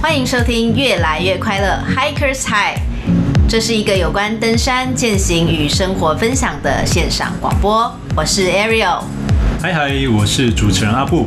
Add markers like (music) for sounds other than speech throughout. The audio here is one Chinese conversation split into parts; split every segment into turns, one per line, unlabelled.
欢迎收听《越来越快乐 Hikers High》，这是一个有关登山、践行与生活分享的线上广播。我是 Ariel，
嗨嗨，我是主持人阿布。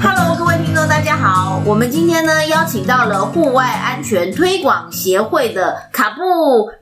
Hello，各位听众，大家好。我们今天呢邀请到了户外安全推广协会的卡布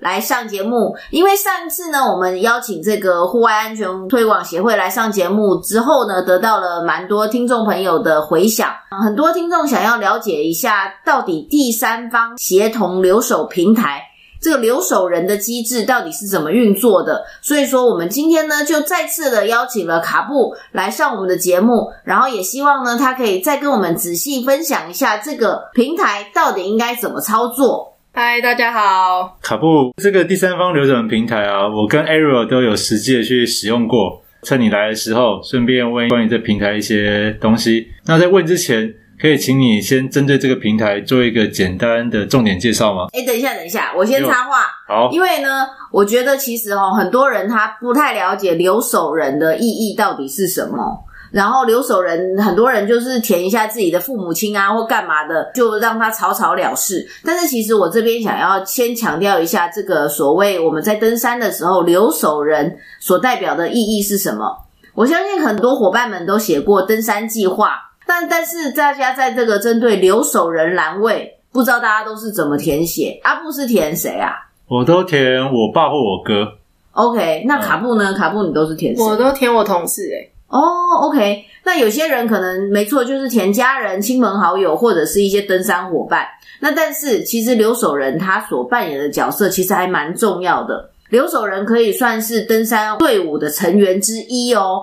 来上节目。因为上一次呢，我们邀请这个户外安全推广协会来上节目之后呢，得到了蛮多听众朋友的回响。很多听众想要了解一下，到底第三方协同留守平台这个留守人的机制到底是怎么运作的？所以说，我们今天呢就再次的邀请了卡布来上我们的节目，然后也希望呢他可以再跟我们仔细分享一下这个平台到底应该怎么操作。
嗨，大家好。
卡布这个第三方流转平台啊，我跟 Ariel 都有实际的去使用过。趁你来的时候，顺便问关于这平台一些东西。那在问之前，可以请你先针对这个平台做一个简单的重点介绍吗？
哎，等一下，等一下，我先插话，
好，
因为呢，我觉得其实哦，很多人他不太了解留守人的意义到底是什么。然后留守人，很多人就是填一下自己的父母亲啊，或干嘛的，就让他草草了事。但是其实我这边想要先强调一下，这个所谓我们在登山的时候，留守人所代表的意义是什么？我相信很多伙伴们都写过登山计划，但但是大家在这个针对留守人栏位，不知道大家都是怎么填写？阿布是填谁啊？
我都填我爸或我哥。
OK，那卡布呢？卡布你都是填谁？
嗯我都填我同事哎、
哦，OK，那有些人可能没错，就是填家人、亲朋好友或者是一些登山伙伴。那但是其实留守人他所扮演的角色其实还蛮重要的。留守人可以算是登山队伍的成员之一哦，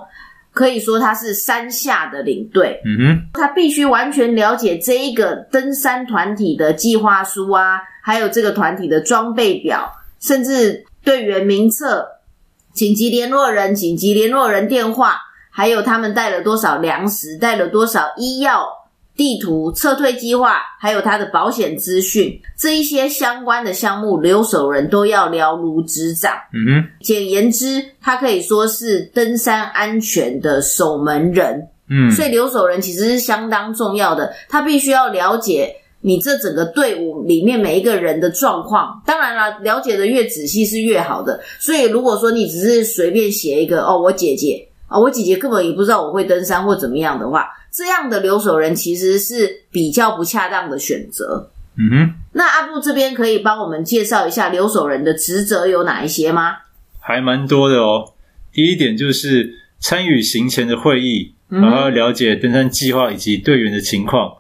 可以说他是山下的领队。
嗯哼，
他必须完全了解这一个登山团体的计划书啊，还有这个团体的装备表，甚至队员名册、紧急联络人、紧急联络人电话，还有他们带了多少粮食、带了多少医药、地图、撤退计划，还有他的保险资讯，这一些相关的项目，留守人都要了如指掌。
嗯哼，
简言之，他可以说是登山安全的守门人。
嗯，
所以留守人其实是相当重要的，他必须要了解你这整个队伍里面每一个人的状况。当然啦，了解的越仔细是越好的。所以如果说你只是随便写一个哦，我姐姐啊、我姐姐根本也不知道我会登山或怎么样的话，这样的留守人其实是比较不恰当的选择。
嗯哼。
那阿布这边可以帮我们介绍一下留守人的职责有哪一些吗？
还蛮多的哦。第一点就是参与行前的会议，然后了解登山计划以及队员的情况，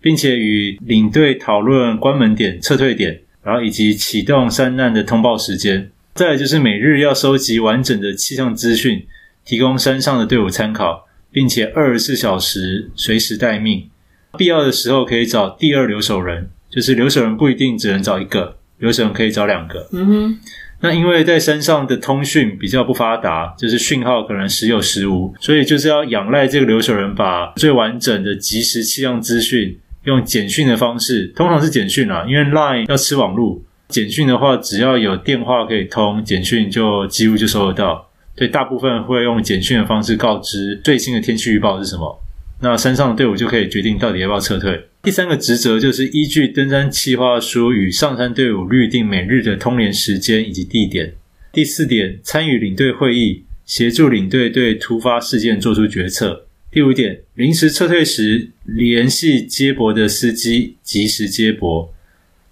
并且与领队讨论关门点、撤退点，然后以及启动山难的通报时间。再来就是每日要收集完整的气象资讯，提供山上的队伍参考，并且二十四小时随时待命。必要的时候可以找第二留守人，就是留守人不一定只能找一个，留守人可以找两个。
嗯哼，
那因为在山上的通讯比较不发达，就是讯号可能时有时无，所以就是要仰赖这个留守人把最完整的即时气象资讯用简讯的方式，通常是简讯啊啦，因为 Line 要吃网路，简讯的话只要有电话可以通，简讯就几乎就收得到，所以大部分会用简讯的方式告知最新的天气预报是什么。那山上的队伍就可以决定到底要不要撤退。第三个职责就是依据登山计划书与上山队伍预定每日的通联时间以及地点。第四点，参与领队会议，协助领队对突发事件做出决策。第五点，临时撤退时联系接驳的司机，及时接驳。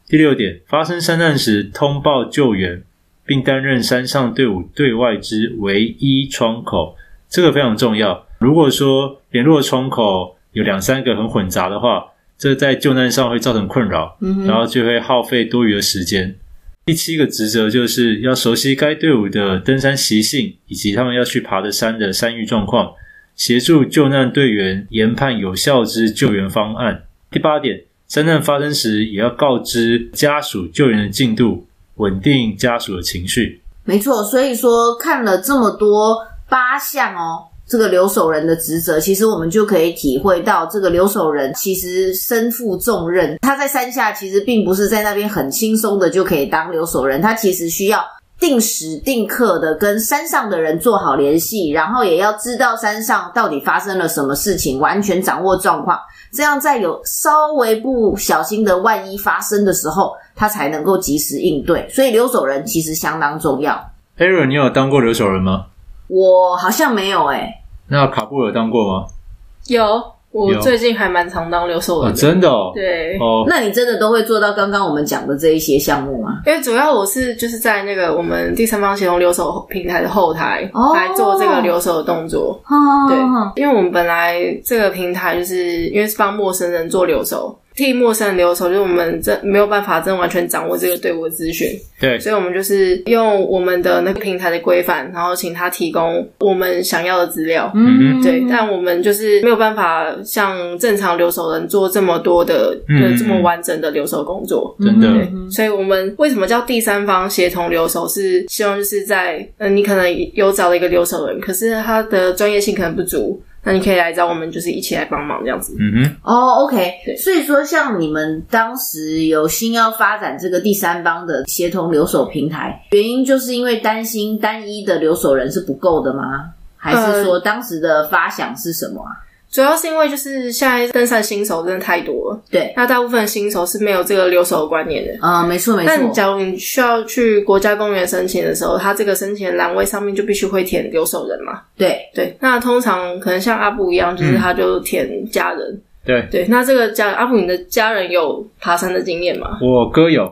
第六点，发生山难时通报救援，并担任山上队伍对外之唯一窗口，这个非常重要。如果说联络窗口有两三个很混杂的话，这在救难上会造成困扰，
嗯哼，
然后就会耗费多余的时间。第七个职责就是要熟悉该队伍的登山习性以及他们要去爬的山的山域状况，协助救难队员研判有效之救援方案。第八点，山难发生时也要告知家属救援的进度，稳定家属的情绪。
没错，所以说看了这么多八项哦，这个留守人的职责，其实我们就可以体会到，这个留守人其实身负重任。他在山下其实并不是在那边很轻松的就可以当留守人，他其实需要定时定刻的跟山上的人做好联系，然后也要知道山上到底发生了什么事情，完全掌握状况，这样在有稍微不小心的万一发生的时候，他才能够及时应对。所以留守人其实相当重要。
Aaron，你有当过留守人吗？
我好像没有哎、
那卡布有当过吗？
有，我
有
最近还蛮常当留守
哦，
人的。
真的哦。
对，
哦，
那你真的都会做到刚刚我们讲的这一些项目吗？
因为主要我是就是在那个我们第三方协同留守平台的后台、
哦
来做这个留守的动作。对，因为我们本来这个平台就是因为是帮陌生人做留守，替陌生人留守，就是我们真没有办法真完全掌握这个队伍的资讯，
对，
所以我们就是用我们的那个平台的规范，然后请他提供我们想要的资料。
嗯
对，但我们就是没有办法像正常留守人做这么多的、
嗯
对这么完整的留守工作。
真的
对，所以我们为什么叫第三方协同留守？是希望就是在嗯、呃你可能有找了一个留守人，可是他的专业性可能不足，那你可以来找我们，就是一起来帮忙这样子。
嗯哼，
哦，OK、o k
对
所以说，像你们当时有心要发展这个第三方的协同留守平台，原因就是因为担心单一的留守人是不够的吗？还是说当时的发想是什么啊？
主要是因为就是现在登山新手真的太多了，
对，
那大部分新手是没有这个留守的观念的。
呃，没错没
但
错，
假如你需要去国家公园申请的时候，它这个申请的栏位上面就必须会填留守人嘛。
对，
对，那通常可能像阿布一样，就是
嗯
他就填家人。
对
对，那这个家阿布，你的家人有爬山的经验吗？
我哥有，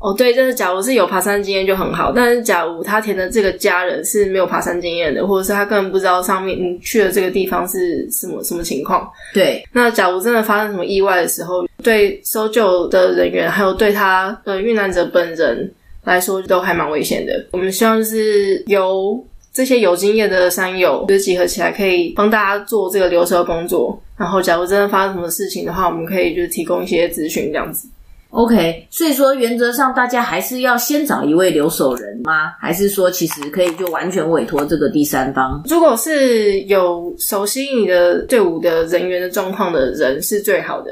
哦，对，就是假如是有爬山经验就很好，但是假如他填的这个家人是没有爬山经验的，或者是他根本不知道上面你去的这个地方是什么什么情况，
对，
那假如真的发生什么意外的时候，对搜救的人员还有对他呃遇难者本人来说，都还蛮危险的。我们希望就是由这些有经验的山友就是集合起来，可以帮大家做这个留守的工作。然后，假如真的发生什么事情的话，我们可以就是提供一些咨询这样子。
OK，所以说原则上大家还是要先找一位留守人吗？还是说其实可以就完全委托这个第三方？
如果是有熟悉你的队伍的人员的状况的人是最好的。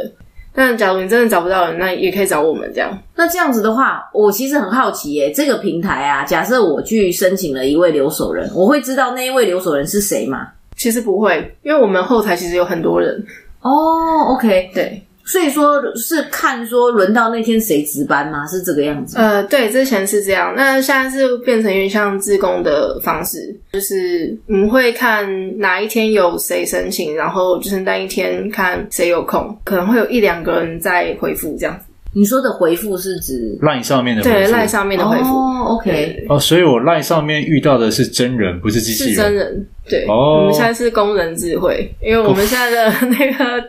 但假如你真的找不到人，那也可以找我们这样。
那这样子的话，我其实很好奇耶、这个平台啊，假设我去申请了一位留守人，我会知道那一位留守人是谁吗？
其实不会，因为我们后台其实有很多人。
哦、o k
对，
所以说是看说轮到那天谁值班吗？是这个样子？
呃，对，之前是这样，那现在是变成有点像自工的方式，就是我们会看哪一天有谁申请，然后就是那一天看谁有空，可能会有一两个人在回复这样子，
你说的回复是指
line 上面的
对，
回
赖
复
上面的回复。
哦，OK，
对对
哦，所以我 line 上面遇到的是真人，不是机器
是
人
真。人，对，
哦
我们现在是工人智慧，因为我们现在的 (laughs) 那个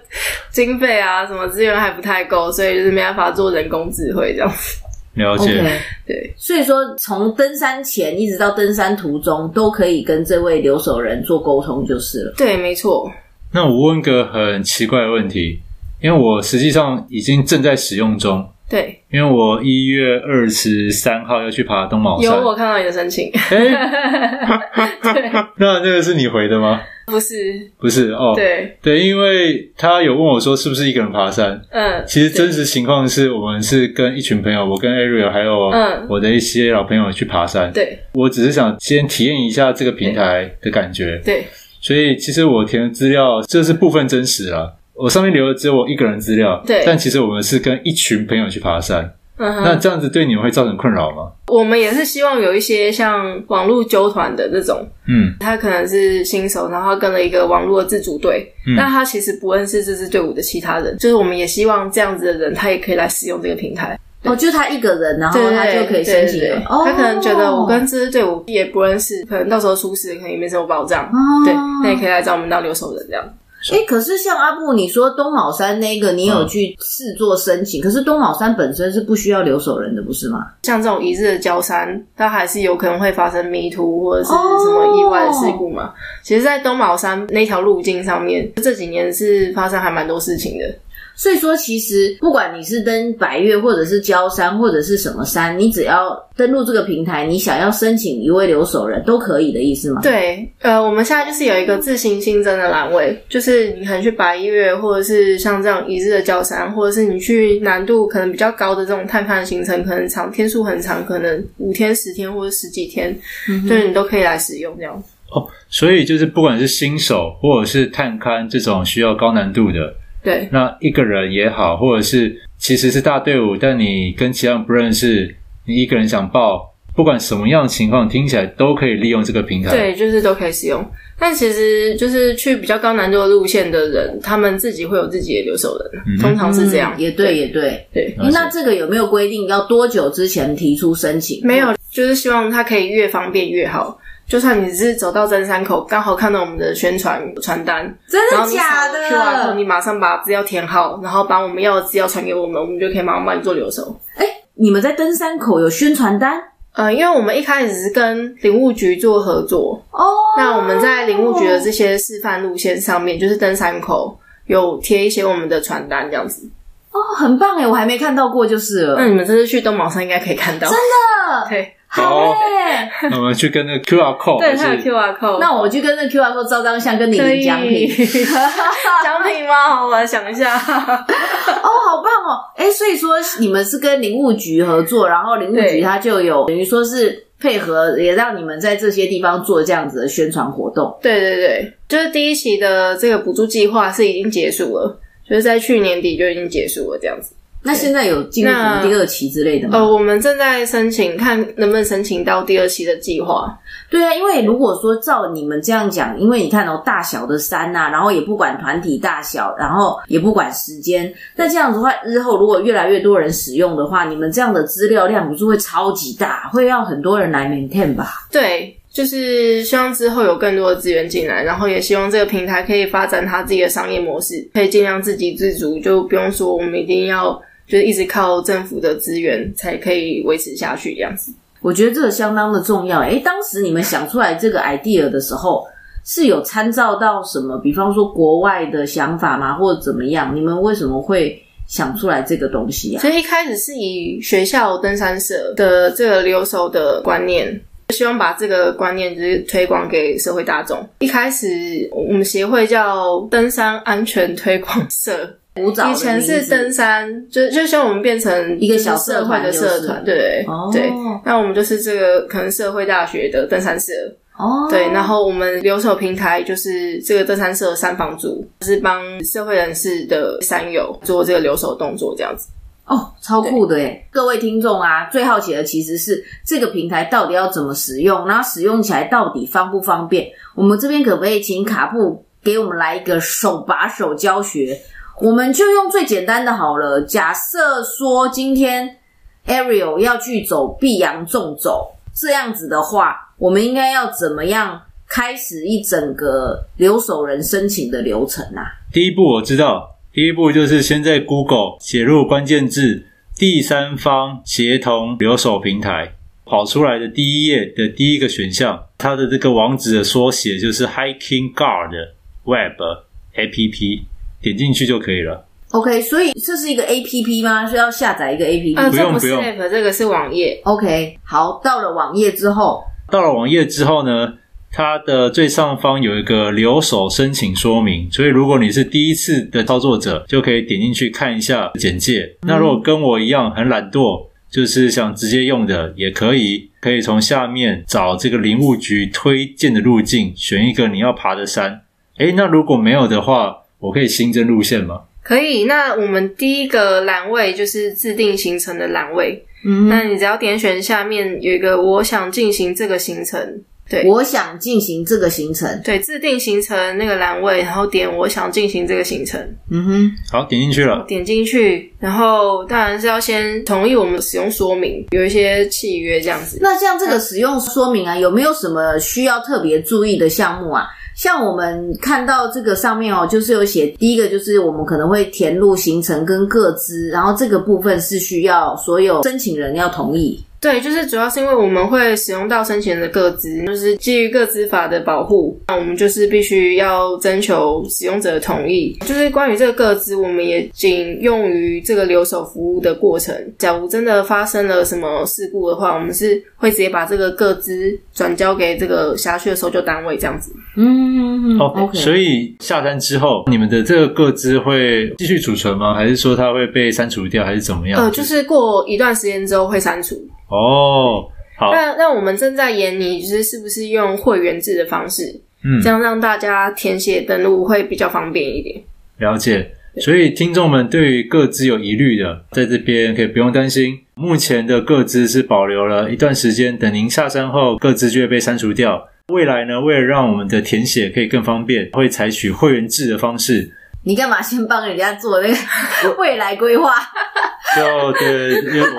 经费啊，什么资源还不太够，所以就是没办法做人工智慧这样。
了
OK，
解，
对，
所以说从登山前一直到登山途中，都可以跟这位留守人做沟通就是了。
对，没错，
那我问个很奇怪的问题，因为我实际上已经正在使用中，
对，
因为我一月二十三号要去爬东毛
有
山。
我看到你的申请， (laughs)
哎， (laughs) 那那个是你回的吗？
不是，
不是哦，
对，
对，因为他有问我说是不是一个人爬山。
嗯，
其实真实情况是我们是跟一群朋友，我跟 Ariel 还有
嗯
我的一些老朋友去爬山。
对
我只是想先体验一下这个平台的感觉，
对，
所以其实我填的资料这是部分真实啦。我上面留的只有我一个人资料，
对
但其实我们是跟一群朋友去爬山，
嗯
那
哼，
这样子对你们会造成困扰吗？
我们也是希望有一些像网络纠团的这种，
嗯
他可能是新手，然后他跟了一个网络的自主队，
嗯
那他其实不认识这支队伍的其他人，就是我们也希望这样子的人，他也可以来使用这个平台，
哦，就他一个人，然后
对对
他就可以申请
对对
了
对。
哦，
他可能觉得我跟这支队伍也不认识，可能到时候出事，可能也没什么保障，
哦
对，那也可以来找我们当留守人这样。
哎、可是像阿布，你说东卯山那个，你有去试做申请，可是东卯山本身是不需要留守人的，不是吗？
像这种一日的交山，它还是有可能会发生迷途或者是什么意外的事故嘛。其实，在东卯山那条路径上面，这几年是发生还蛮多事情的。
所以说，其实不管你是登百越，或者是焦山，或者是什么山，你只要登录这个平台，你想要申请一位留守人都可以的意思吗？
对，呃，我们现在就是有一个自行新增的栏位，就是你可能去白月，或者是像这样一日的焦山，或者是你去难度可能比较高的这种探勘行程，可能长天数很长，可能五天、十天或者十几天，对你都可以来使用这样。
哦，所以就是不管是新手或者是探勘这种需要高难度的，
对
那一个人也好，或者是其实是大队伍，但你跟其他人不认识，你一个人想报，不管什么样的情况，听起来都可以利用这个平台。，
对，就是都可以使用。但其实就是去比较高难度的路线的人，他们自己会有自己的留守
嗯
人，啊通常是这样。
嗯也对，也对。
对，
了解
那这个有没有规定要多久之前提出申请？
没有，就是希望它可以越方便越好。就算你是走到真山口，刚好看到我们的宣传传单，
真
然后
的
你扫
假
QR 后，
的？
你马上把资料填好，然后把我们要的资料传给我们，我们就可以马上帮你做留守。
你们在登山口有宣传单
呃，因为我们一开始是跟林务局做合作，
哦？
那我们在林务局的这些示范路线上面，就是登山口有贴一些我们的传单这样子。
哦，很棒哎，我还没看到过就是了。
那你们这次去东毛山应该可以看到，哦真的对
好哎，
那我们去跟那个 QR code，
对，
就
它有
哦是
QR code。
那我去跟那 QR 说照张相，跟你
可
领
以
奖品。
奖品吗？好，我来想一下。
哦，好棒哦！哎，所以说你们是跟林务局合作，然后林务局
对
它就有等于说是配合，也让你们在这些地方做这样子的宣传活动。
(laughs) 对对对，就是第一期的这个补助计划是已经结束了，就是在去年底就已经结束了这样子。
那现在有进入什么
那
第二期之类的吗？
呃，我们正在申请，看能不能申请到第二期的计划。
对啊，因为如果说照你们这样讲，因为你看哦，大小的山呐、然后也不管团体大小，然后也不管时间，那这样子的话，日后如果越来越多人使用的话，你们这样的资料量不是会超级大，会让很多人来 maintain 吧？
对，就是希望之后有更多的资源进来，然后也希望这个平台可以发展它自己的商业模式，可以尽量自给自足，就不用说我们一定要就是一直靠政府的资源才可以维持下去这样子。
我觉得这个相当的重要。诶，当时你们想出来这个 idea 的时候，是有参照到什么？比方说国外的想法吗，或者怎么样？你们为什么会想出来这个东西呀、啊
所以一开始是以学校登山社的这个留守的观念，希望把这个观念就是推广给社会大众。一开始我们协会叫登山安全推广社，
古早的
以前
名
是
字
登山，就就像我们变成
一个小
就是社
社
会
团
的
就是
社团，对、
哦
对。那我们就是这个可能社会大学的登山社，
哦，
对，然后我们留守平台就是这个登山社的三房组，就是帮社会人士的山友做这个留守动作这样子。
哦，超酷的耶！各位听众啊，最好奇的其实是这个平台到底要怎么使用，然后使用起来到底方不方便？我们这边可不可以请卡布给我们来一个手把手教学？我们就用最简单的好了。假设说今天 Ariel 要去走碧阳纵走这样子的话，我们应该要怎么样开始一整个留守人申请的流程啊？
第一步我知道，第一步就是先在 Google 写入关键字“第三方协同留守平台”，跑出来的第一页的第一个选项，它的这个网址的缩写就是 Hiking Guard Web APP，点进去就可以了。
OK，所以这是一个 APP 吗？是要下载一个 APP？
啊，
不
这
用
不是
不用
app，这个是网页。
OK，好，到了网页之后，
到了网页之后呢，它的最上方有一个留守申请说明，所以如果你是第一次的操作者，就可以点进去看一下简介。
嗯
那如果跟我一样很懒惰，就是想直接用的也可以，可以从下面找这个林务局推荐的路径，选一个你要爬的山。诶，那如果没有的话，我可以新增路线吗？
可以，那我们第一个栏位就是制定行程的栏位。
嗯，
那你只要点选下面有一个“我想进行这个行程”，对
我想进行这个行程，
对，制定行程那个栏位，然后点“我想进行这个行程
嗯哼，
好，点进去”，了。
点进去，然后当然是要先同意我们使用说明，有一些契约这样子。
那像这个使用说明啊，有没有什么需要特别注意的项目啊？像我们看到这个上面哦，就是有写第一个就是我们可能会填入行程跟各资，然后这个部分是需要所有申请人要同意。
对，就是主要是因为我们会使用到生前的个资，就是基于个资法的保护，那我们就是必须要征求使用者的同意。就是关于这个个资，我们也仅用于这个留守服务的过程。假如真的发生了什么事故的话，我们是会直接把这个个资转交给这个辖区的搜救单位这样子。
嗯
哦
，OK，
所以下山之后，你们的这个各自会继续储存吗？还是说它会被删除掉，还是怎么样？
呃，就是过一段时间之后会删除。
哦，好，
那那我们正在研拟，就是是不是用会员制的方式，
嗯
这，样让大家填写登录会比较方便一点。
了解。所以听众们对于各自有疑虑的，在这边可以不用担心。目前的各自是保留了一段时间，等您下山后，各自就会被删除掉。未来呢，为了让我们的填写可以更方便，会采取会员制的方式，
你干嘛先帮人家做那个未来规划？
就对，因为我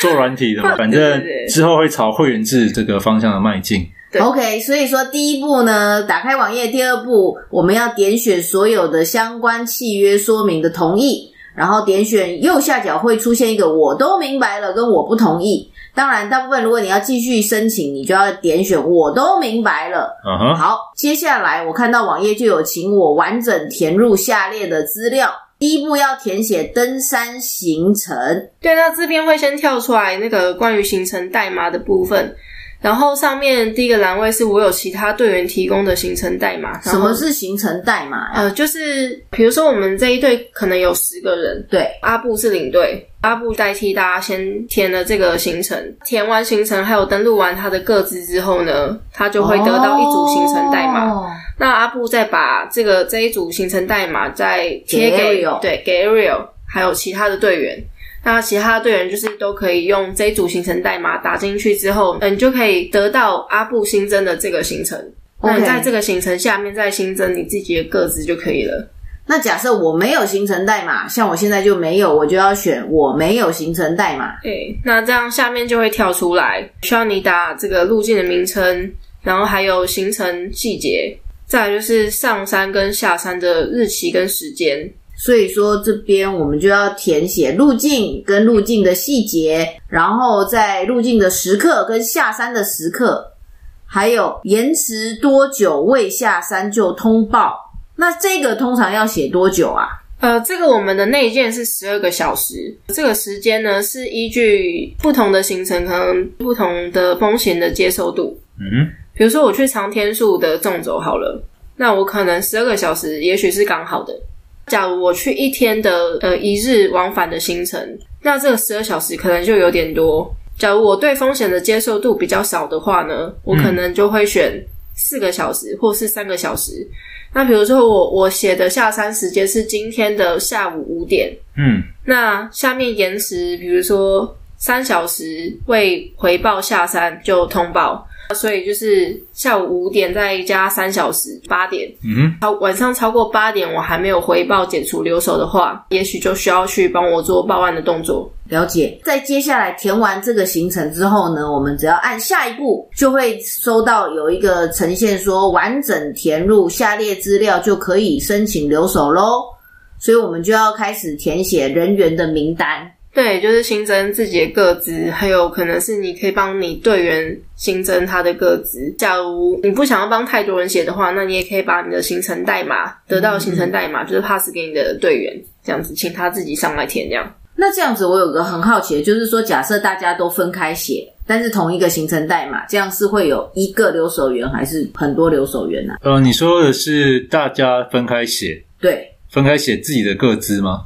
做软体的嘛，反正
(laughs) 对对对
之后会朝会员制这个方向的迈进。
对
OK，所以说第一步呢，打开网页；第二步，我们要点选所有的相关契约说明的同意，然后点选右下角会出现一个“我都明白了”跟“我不同意”。当然，大部分如果你要继续申请，你就要点选“我都明白了”。
嗯哼，
啊
好，接下来我看到网页就有请我完整填入下列的资料。第一步要填写登山行程，
对，那这边会先跳出来那个关于行程代码的部分，然后上面第一个栏位是我有其他队员提供的行程代码。然
什
后
么？是行程代码呀？
呃，就是比如说我们这一队可能有十个人，
对，
阿布是领队，阿布代替大家先填了这个行程，填完行程还有登录完他的各自之后呢，他就会得到一组行程代码。
哦
那阿布再把这个这一组行程代码再贴
给
给
Ariel
对给 Ariel，还有其他的队员。那其他的队员就是都可以用这一组行程代码打进去之后，嗯，你就可以得到阿布新增的这个行程。那你
OK
在这个行程下面再新增你自己的个子就可以了。
那假设我没有行程代码，像我现在就没有，我就要选我没有行程代码。
对，那这样下面就会跳出来，需要你打这个路径的名称，然后还有行程细节，再来就是上山跟下山的日期跟时间。
所以说这边我们就要填写路径跟路径的细节，然后在路径的时刻跟下山的时刻，还有延迟多久未下山就通报。那这个通常要写多久啊？
呃，这个我们的内建是十二个小时，这个时间呢是依据不同的行程，可能不同的风险的接受度。
嗯
比如说我去长天树的纵走好了，那我可能十二个小时也许是刚好的。假如我去一天的呃一日往返的行程，那这个十二小时可能就有点多。假如我对风险的接受度比较少的话呢，我可能就会选四个小时或是三个小时。那比如说我我写的下山时间是今天的下午五点，
嗯，
那下面延迟，比如说三小时未回报下山就通报，所以就是下午五点再加三小时，八点。
嗯
超晚上超过八点我还没有回报解除留守的话，也许就需要去帮我做报案的动作。
了解，在接下来填完这个行程之后呢，我们只要按下一步，就会收到有一个呈现说完整填入下列资料就可以申请留守喽。所以我们就要开始填写人员的名单。
对，就是新增自己的个资，还有可能是你可以帮你队员新增他的个资。假如你不想要帮太多人写的话，那你也可以把你的行程代码得到的行程代码，就是 pass 给你的队员，这样子请他自己上来填这样。
那这样子，我有个很好奇的，就是说，假设大家都分开写，但是同一个行程代码，这样是会有一个留守员还是很多留守员呢、啊？
呃，你说的是大家分开写，
对
分开写自己的各自吗？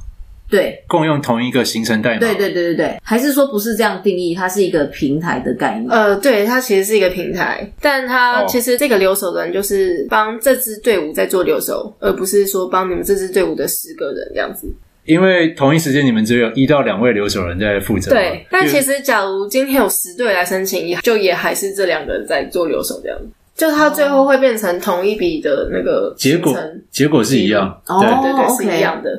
对
共用同一个行程代码？
对对对对对，还是说不是这样定义？它是一个平台的概念。
呃，对，它其实是一个平台，但它
哦
其实这个留守人就是帮这支队伍在做留守，而不是说帮你们这支队伍的十个人这样子。
因为同一时间你们只有一到两位留守人在负责嘛。
对，但
因
其
为
实假如今天有十队来申请，也就也还是这两个人在做留守这样子，就他最后会变成同一笔的那个
结果
行程
结果是一样。
哦
对，
对对
哦
是
OK
一样的。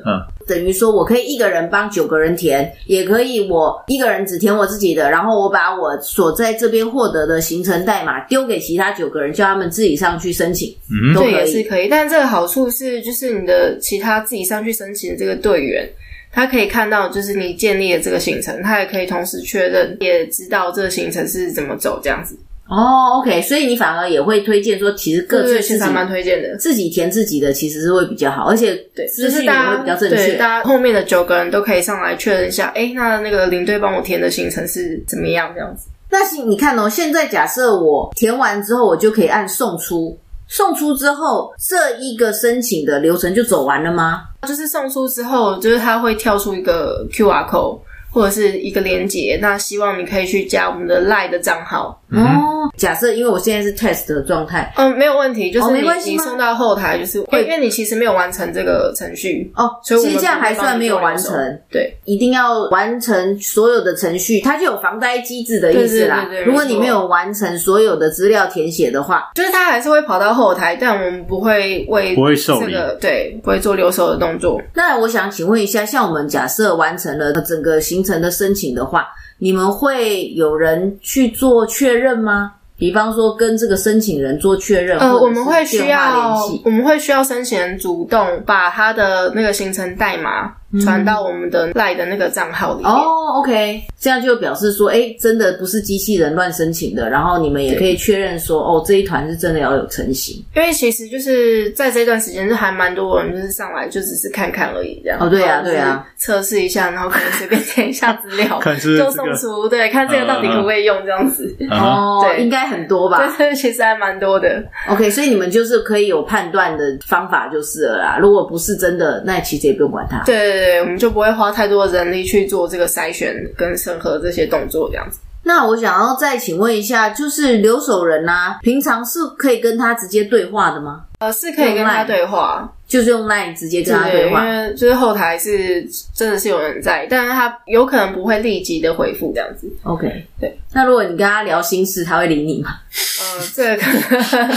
等于说我可以一个人帮九个人填，也可以我一个人只填我自己的，然后我把我所在这边获得的行程代码丢给其他九个人，叫他们自己上去申请。
嗯
都
对，
可
也
以
是可以。但这个好处是，就是你的其他自己上去申请的这个队员，他可以看到就是你建立的这个行程，他也可以同时确认，也知道这个行程是怎么走这样子。
哦，OK，所以你反而也会推荐说，其实各自
对其
自
实
己
还蛮推荐的。
自己填自己的，其实是会比较好，而且
对，就
资
是
讯也
大
会
家
比较正
对
确。
大家后面的九个人都可以上来确认一下，哎，那那个领队帮我填的行程是怎么样这样子？
那是你看哦，现在假设我填完之后，我就可以按送出，送出之后这一个申请的流程就走完了吗？
就是送出之后，就是他会跳出一个 QR code 或者是一个连接，那希望你可以去加我们的 Line 的账号，
嗯哼
哦，假设因为我现在是 test 的状态。
嗯，没有问题，就是
哦
你、
没关系
你
吗
送到后台，就是因为因为你其实没有完成这个程序，
哦，
所以我
其
们
实这样
不会
还
帮
算
你
没有
做
完
手
成，
对
一定要完成所有的程序，它就有房贷机制的意思啦。
对对对对
如果你
没错
没有完成所有的资料填写的话，
就是他还是会跑到后台，但我们不会为
不会受
这
理
个对，不会做留守的动作。
那我想请问一下，像我们假设完成了整个行程的申请的话，你们会有人去做确认吗？比方说跟这个申请人做确认，或
呃，
者是
我们会需
电话
要
联系。
我们会需要申请人主动把他的那个行程代码传到我们的 Line 的那个账号里
嗯
面。
哦，OK、o k 这样就表示说，哎，真的不是机器人乱申请的，然后你们也可以确认说，哦，这一团是真的要有成型。
因为其实就是在这段时间，就还蛮多人就是上来就只是看看而已，这样。
哦对啊
然后就是
对啊，
测试一下，然后可能随便 (laughs) 填一下资料，
看是
就
这个
送出，对，看这个到底可不可以用这样子。
嗯哼
哦、
对
应该很多吧
对，其实还蛮多的。
(laughs) ？OK，所以你们就是可以有判断的方法就是了啦。如果不是真的，那其实也不用管它。
对对对，我们就不会花太多的人力去做这个筛选跟审核这些动作，这样子。
那我想要再请问一下，就是留守人呐、平常是可以跟他直接对话的吗？
呃，是可以跟他对话，
就是用 LINE 直接跟他
对，
对
因
话？
为就是后台是真的是有人在，但是他有可能不会立即的回复这样子。
(laughs) OK，
对。
那如果你跟他聊心事，他会理你
(laughs)
吗？
嗯，这个可能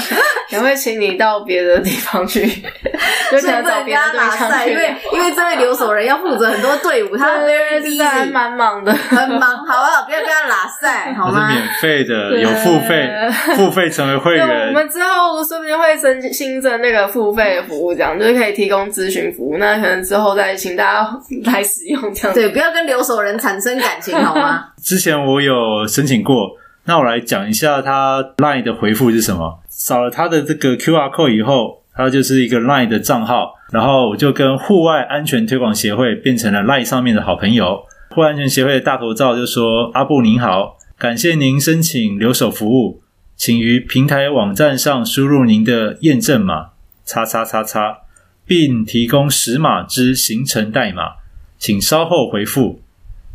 也会请你到别的地
(laughs)
方去，有可
所以
能
不能
找
跟
别的
他
对
打
象
赛，
去
因为 (laughs) 因为这位留守人要负责很多队伍，
(laughs)
他 very
对，这还
busy，
蛮忙的。
很忙，好不好？不要跟他拉赛，
(laughs)
好
它
吗
是？免费的，
对
有付费，付费成为会
对，
员
我。们之后说不定会增新增那个付费服务，这样就是可以提供咨询服务。那可能之后再请大家来使用这样子。
对，不要跟留守人产生感情，好吗？
之前我有申请过，那我来讲一下他 LINE 的回复是什么。扫了他的这个 QR code 以后，它就是一个 LINE 的账号，然后我就跟户外安全推广协会变成了 LINE 上面的好朋友。户外安全协会的大头照就说：“阿布您好，感谢您申请留守服务，请于平台网站上输入您的验证码叉叉叉叉，并提供十码之行程代码，请稍后回复。”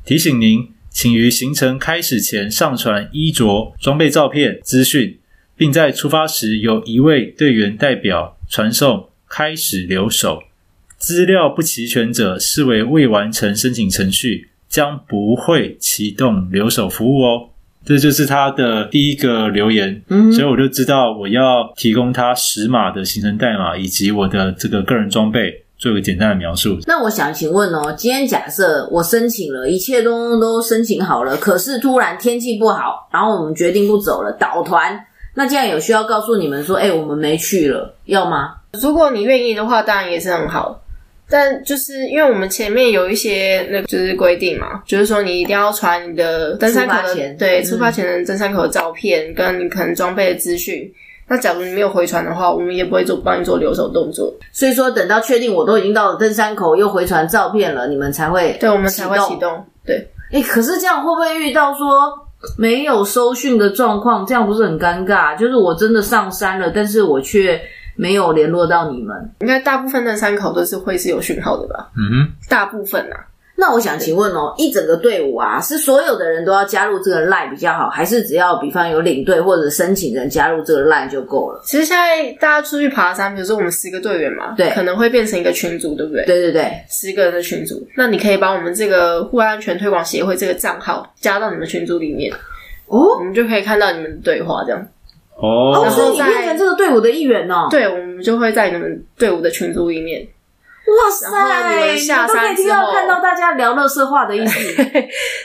提醒您，请于行程开始前上传衣着、装备照片、资讯，并在出发时由一位队员代表传送“开始留守”。资料不齐全者视为未完成申请程序，将不会启动留守服务哦。这就是他的第一个留言，
嗯
所以我就知道我要提供他十码的行程代码以及我的这个个人装备，做一个简单的描述。
那我想请问哦，今天假设我申请了，一切都都申请好了，可是突然天气不好，然后我们决定不走了，倒团。那这样有需要告诉你们说，哎、我们没去了，要吗？
如果你愿意的话，当然也是很好。但就是因为我们前面有一些那个就是规定嘛，就是说你一定要传你的登山口
出发
的
前
对
嗯
出发前的登山口的照片，跟你可能装备的资讯。那假如你没有回传的话，我们也不会做帮你做留守动作，
所以说，等到确定我都已经到了登山口，又回传照片了，你们才会
对我们才会启。动。对，
哎、可是这样会不会遇到说没有收讯的状况？这样不是很尴尬？就是我真的上山了，但是我却没有联络到你们。
应该大部分登山口都是会是有讯号的吧？
嗯哼。
大部分啊，
那我想请问哦，一整个队伍啊，是所有的人都要加入这个 line 比较好，还是只要比方有领队或者申请人加入这个 line 就够了？
其实现在大家出去爬山，比如说我们十个队员嘛，
对
可能会变成一个群组，对不对？
对对对，
十个人的群组，那你可以把我们这个户外安全推广协会这个账号加到你们群组里面，
哦
我，们就可以看到你们的对话，这样。
哦
哦，
然后
所以你
在
变成这个队伍的一员哦。
对，我们就会在你们队伍的群组里面。
哇塞，
然后你们下
都可以
山之后
听到看到大家聊乐色话的意
(laughs)
思。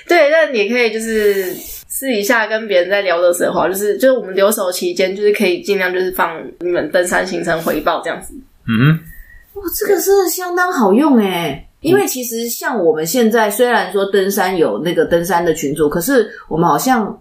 对，但你也可以就是私底下跟别人在聊乐色话，啊就是就是我们留守期间，就是可以尽量就是放你们登山行程回报这样子。
嗯哼，
哇，这个是相当好用哎。因
嗯
为其实像我们现在虽然说登山有那个登山的群组，可是我们好像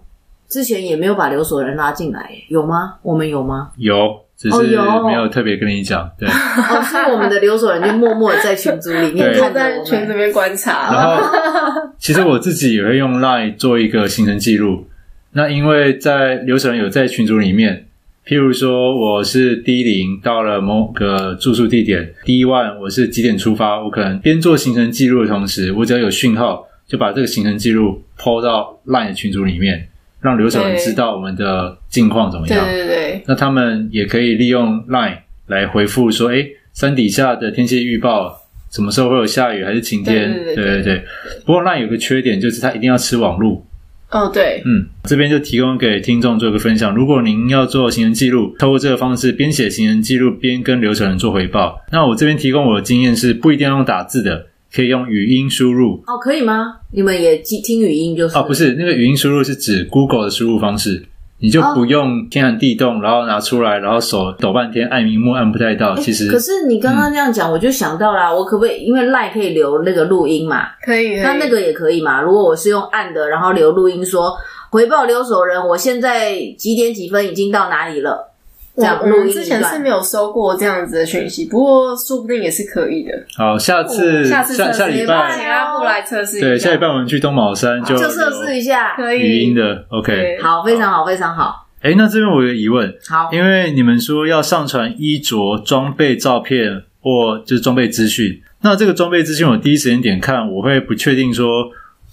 之前也没有把留守人拉进来，有吗？我们有吗？
有，只
哦
是
有
没有特别跟你讲。
(laughs)
对，
哦，所以我们的留守人就默默地在群组里面
对
我
看着
在
我
群
们。
里面观察，啊
然后其实我自己也会用 Line 做一个行程记录。那因为在留守人有在群组里面，譬如说我是 D 零到了某个住宿地点，D one 我是几点出发，我可能边做行程记录的同时，我只要有讯号，就把这个行程记录抛到 Line 的群组里面，让留守人
对
知道我们的近况怎么
对
样。
对对
那他们也可以利用 Line 来回复说，哎，山底下的天气预报什么时候会有下雨还是晴天？
对对对
对
对
不过 Line 有个缺点就是它一定要吃网路。
哦对，
嗯，这边就提供给听众做个分享。如果您要做行程记录，透过这个方式边写行程记录边跟流程人做回报。那我这边提供我的经验是，不一定要用打字的，可以用语音输入。
哦，可以吗？你们也听听语音就是
哦，不是，那个语音输入是指 Google 的输入方式，你就不用天寒地冻，然后拿出来，然后手抖半天，按荧幕按不太到。其实嗯
可是你刚刚这样讲，我就想到啦，我可不可以因为赖可以留那个录音嘛？
可以，可以
那那个也可以嘛？如果我是用按的，然后留录音说回报留守人，我现在几点几分已经到哪里了？这
我
样
我
录
们
音
之
一
前是
段。
没有收过这样子的讯息，不过说不定也是可以的。
好，下次
哦下次
下
测试
礼
也
拜
请
拜，
阿布来测试一
对，下礼拜我们去东卯山就
啊就测试一下，
可
有
以
语音的 OK。
对
好，非常好，非常好，
哎，那这边我有个疑问，
好，
因为你们说要上传衣着、装备照片或就是装备资讯，那这个装备资讯我第一时间点看，我会不确定说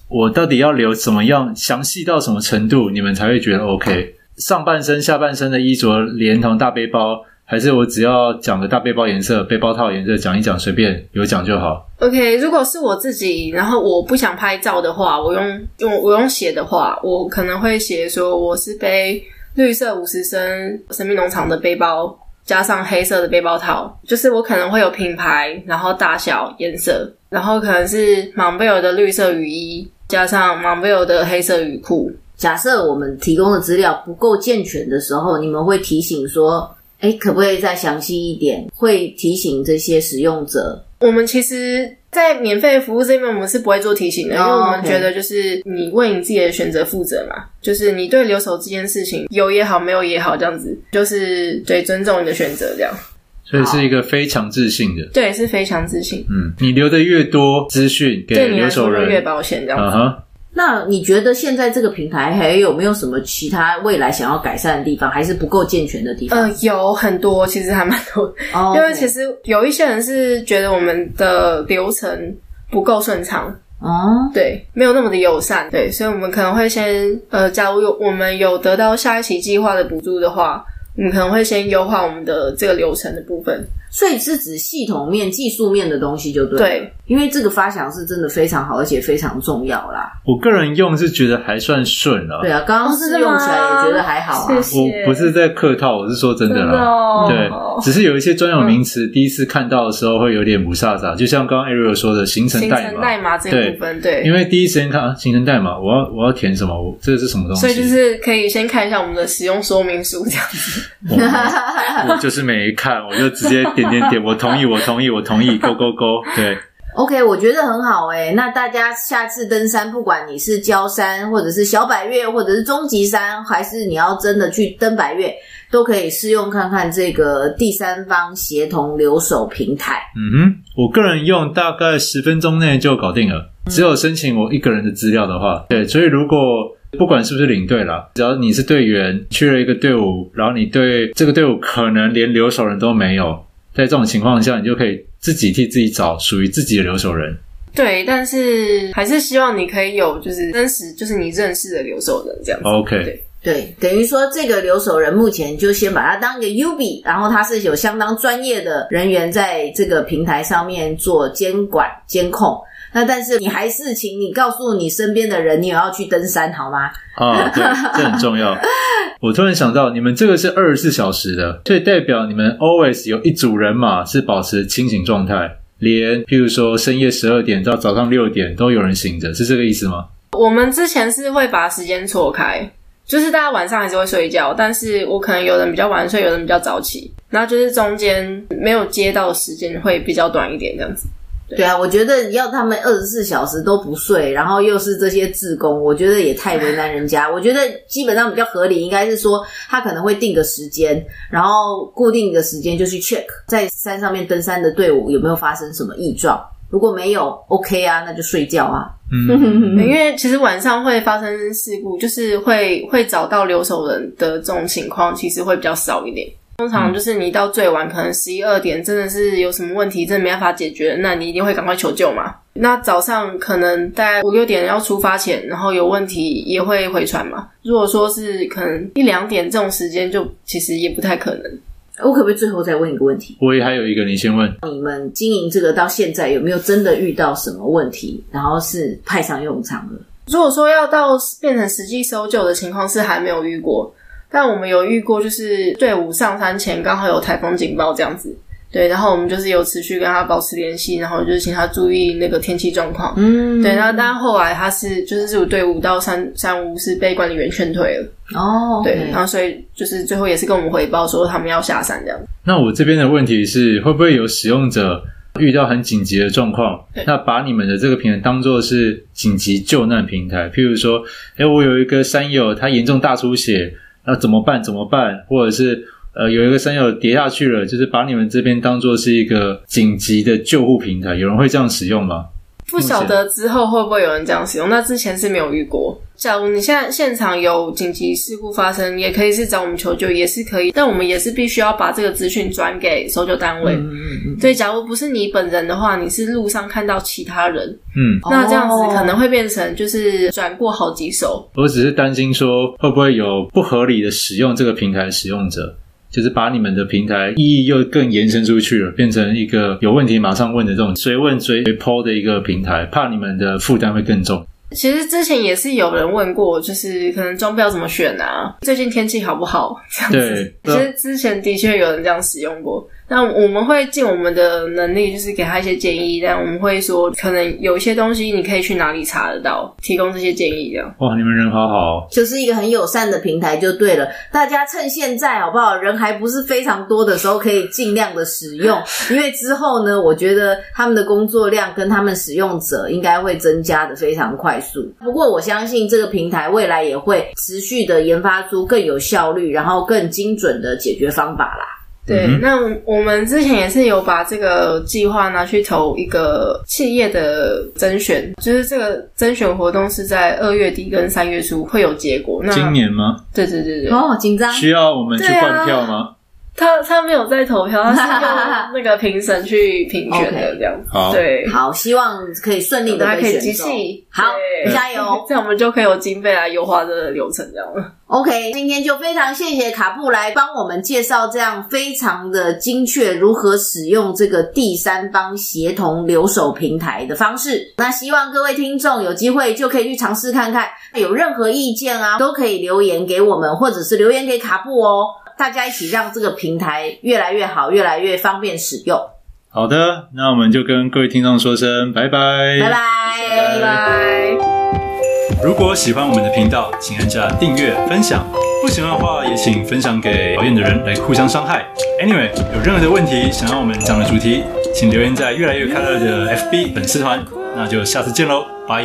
我到底要留怎么样详细到什么程度，你们才会觉得 OK。上半身、下半身的衣着连同大背包，还是我只要讲个大背包颜色、背包套颜色讲一讲，随便有讲就好。
OK，如果是我自己，然后我不想拍照的话，我用用我用写的话，我可能会写说我是背绿色五十升神秘农场的背包，加上黑色的背包套，就是我可能会有品牌，然后大小、颜色，然后可能是 Mount b e l 的绿色雨衣，加上 Mount b e l 的黑色雨裤。
假设我们提供的资料不够健全的时候，你们会提醒说，哎，可不可以再详细一点？会提醒这些使用者。
我们其实，在免费服务这边，我们是不会做提醒的，因为
哦
我们
OK
觉得就是你为你自己的选择负责嘛，就是你对留守这件事情有也好，没有也好，这样子，就是对尊重你的选择，这样
所以是一个非强制性的，
对是非常自信，
嗯，你留的越多资讯给
对你来
留守
说会越
人，
保险这样
啊
子。
哈，
那你觉得现在这个平台还有没有什么其他未来想要改善的地方，还是不够健全的地方？
呃，有很多，其实还蛮多的，
哦
因为其实有一些人是觉得我们的流程不够顺畅，
哦，
对，没有那么的友善，对，所以我们可能会先，呃，假如有我们有得到下一期计划的补助的话，我们可能会先优化我们的这个流程的部分，
所以是指系统面、技术面的东西就对了。
对，
因为这个发想是真的非常好，而且非常重要啦。
我个人用是觉得还算顺了、
对啊，刚刚
哦
试
真的
用
吗
起来也觉得还好啊
谢。谢
我不是在客套，我是说真的啊
真的
啦。
哦
对，只是有一些专有名词，第一次看到的时候会有点不飒飒，就像刚刚 Ariel 说的行程
行
代
程代
码，
码这个部分，对，
因为第一时间看啊行程代码，我要我要填什么，我这是什么东西，
所以就是可以先看一下我们的使用说明书，这样子，
(laughs) 我就是没看，我就直接点点点，我同意，我同意，我同意，勾勾勾，对，
OK，我觉得很好哎、那大家下次登山，不管你是焦山，或者是小百岳，或者是终极山，还是你要真的去登百岳，都可以试用看看这个第三方协同留守平台。
嗯哼，我个人用大概十分钟内就搞定了。只有申请我一个人的资料的话，对，所以如果不管是不是领队啦，只要你是队员，去了一个队伍，然后你对这个队伍可能连留守人都没有，在这种情况下，你就可以自己替自己找属于自己的留守人。
对，但是还是希望你可以有就是真实，就是你认识的留守人这样子。
OK，
对
对，等于说这个留守人目前就先把它当一个 U B，然后他是有相当专业的人员在这个平台上面做监管监控。那但是你还是请你告诉你身边的人，你有要去登山好吗？
啊，对，这很重要。我突然想到，你们这个是二十四小时的，所以代表你们 always 有一组人马是保持清醒状态，连譬如说深夜十二点到早上六点都有人醒着，是这个意思吗？
我们之前是会把时间错开，就是大家晚上还是会睡觉，但是我可能有人比较晚睡，有人比较早起，然后就是中间没有接到的时间会比较短一点这样子。
对啊，我觉得要他们二十四小时都不睡，然后又是这些志工，我觉得也太为难人家。我觉得基本上比较合理，应该是说他可能会定个时间，然后固定一个时间就去 check 在山上面登山的队伍有没有发生什么异状。如果没有，OK 啊，那就睡觉啊。 (laughs)
嗯，
因为其实晚上会发生事故，就是会会找到留守人的这种情况，其实会比较少一点。通
嗯
常就是你到最晚，可能十一二点，真的是有什么问题，真的没办法解决，那你一定会赶快求救嘛。那早上可能大概五六点要出发前，然后有问题也会回传嘛。如果说是可能一两点这种时间，就其实也不太可能。
我可不可以最后再问一个问题？
我也还有一个，你先问。
你们经营这个到现在有没有真的遇到什么问题，然后是派上用场了？
如果说要到变成实际搜救的情况是还没有遇过，但我们有遇过，就是队伍上山前刚好有台风警报这样子，对，然后我们就是有持续跟他保持联系，然后就是请他注意那个天气状况，
嗯
对，那但后来他是就是这组队伍到山山屋是被管理员劝退了，
哦，
对
OK
然后所以就是最后也是跟我们汇报说他们要下山这样，
那我这边的问题是，会不会有使用者遇到很紧急的状况
对，
那把你们的这个平台当做是紧急救难平台？譬如说，诶，我有一个山友他严重大出血，那怎么办？怎么办？或者是呃，有一个山友跌下去了，就是把你们这边当做是一个紧急的救护平台，有人会这样使用吗？
不晓得之后会不会有人这样使用，那之前是没有遇过。假如你现在现场有紧急事故发生，也可以是找我们求救，也是可以，但我们也是必须要把这个资讯转给搜救单位。对，假如不是你本人的话，你是路上看到其他人，
嗯，
那这样子
哦
可能会变成就是转过好几手。
我只是担心说，会不会有不合理的使用这个平台的使用者，就是把你们的平台意义又更延伸出去了，变成一个有问题马上问的这种随问随抛的一个平台，怕你们的负担会更重。
其实之前也是有人问过，就是可能装备要怎么选啊？最近天气好不好？这样子
对。啊
其实之前的确有人这样使用过。那我们会尽我们的能力，就是给他一些建议，但我们会说，可能有一些东西你可以去哪里查得到，提供这些建议这样。
哇，你们人好好哦，
就是一个很友善的平台就对了。大家趁现在好不好？人还不是非常多的时候，可以尽量的使用，因为之后呢，我觉得他们的工作量跟他们使用者应该会增加的非常快速。不过我相信这个平台未来也会持续的研发出更有效率，然后更精准的解决方法啦。
对，
嗯哼
那我们之前也是有把这个计划拿去投一个企业的甄选，就是这个甄选活动是在二月底跟三月初会有结果。那
今年吗？
对对对对，
哦，紧张。
需要我们去换票吗？
他他没有在投票，他是用那个评审去评选的这样子。
好
对，
好，希望可以顺利的
大家
被
可以
选
集
中。
气
好，
对
加油！
(laughs) 这样我们就可以有经费来啊优化这个流程，这样了。
OK，今天就非常谢谢卡布来帮我们介绍这样非常的精确如何使用这个第三方协同留守平台的方式。那希望各位听众有机会就可以去尝试看看，有任何意见啊都可以留言给我们，或者是留言给卡布哦。大家一起让这个平台越来越好，越来越方便使用。
好的，那我们就跟各位听众说声拜拜，
拜拜。
拜拜。
如果喜欢我们的频道，请按下订阅、分享。不喜欢的话，也请分享给讨厌的人来互相伤害。Anyway，有任何的问题想要我们讲的主题，请留言在越来越快乐的 FB 粉丝团。那就下次见喽，拜。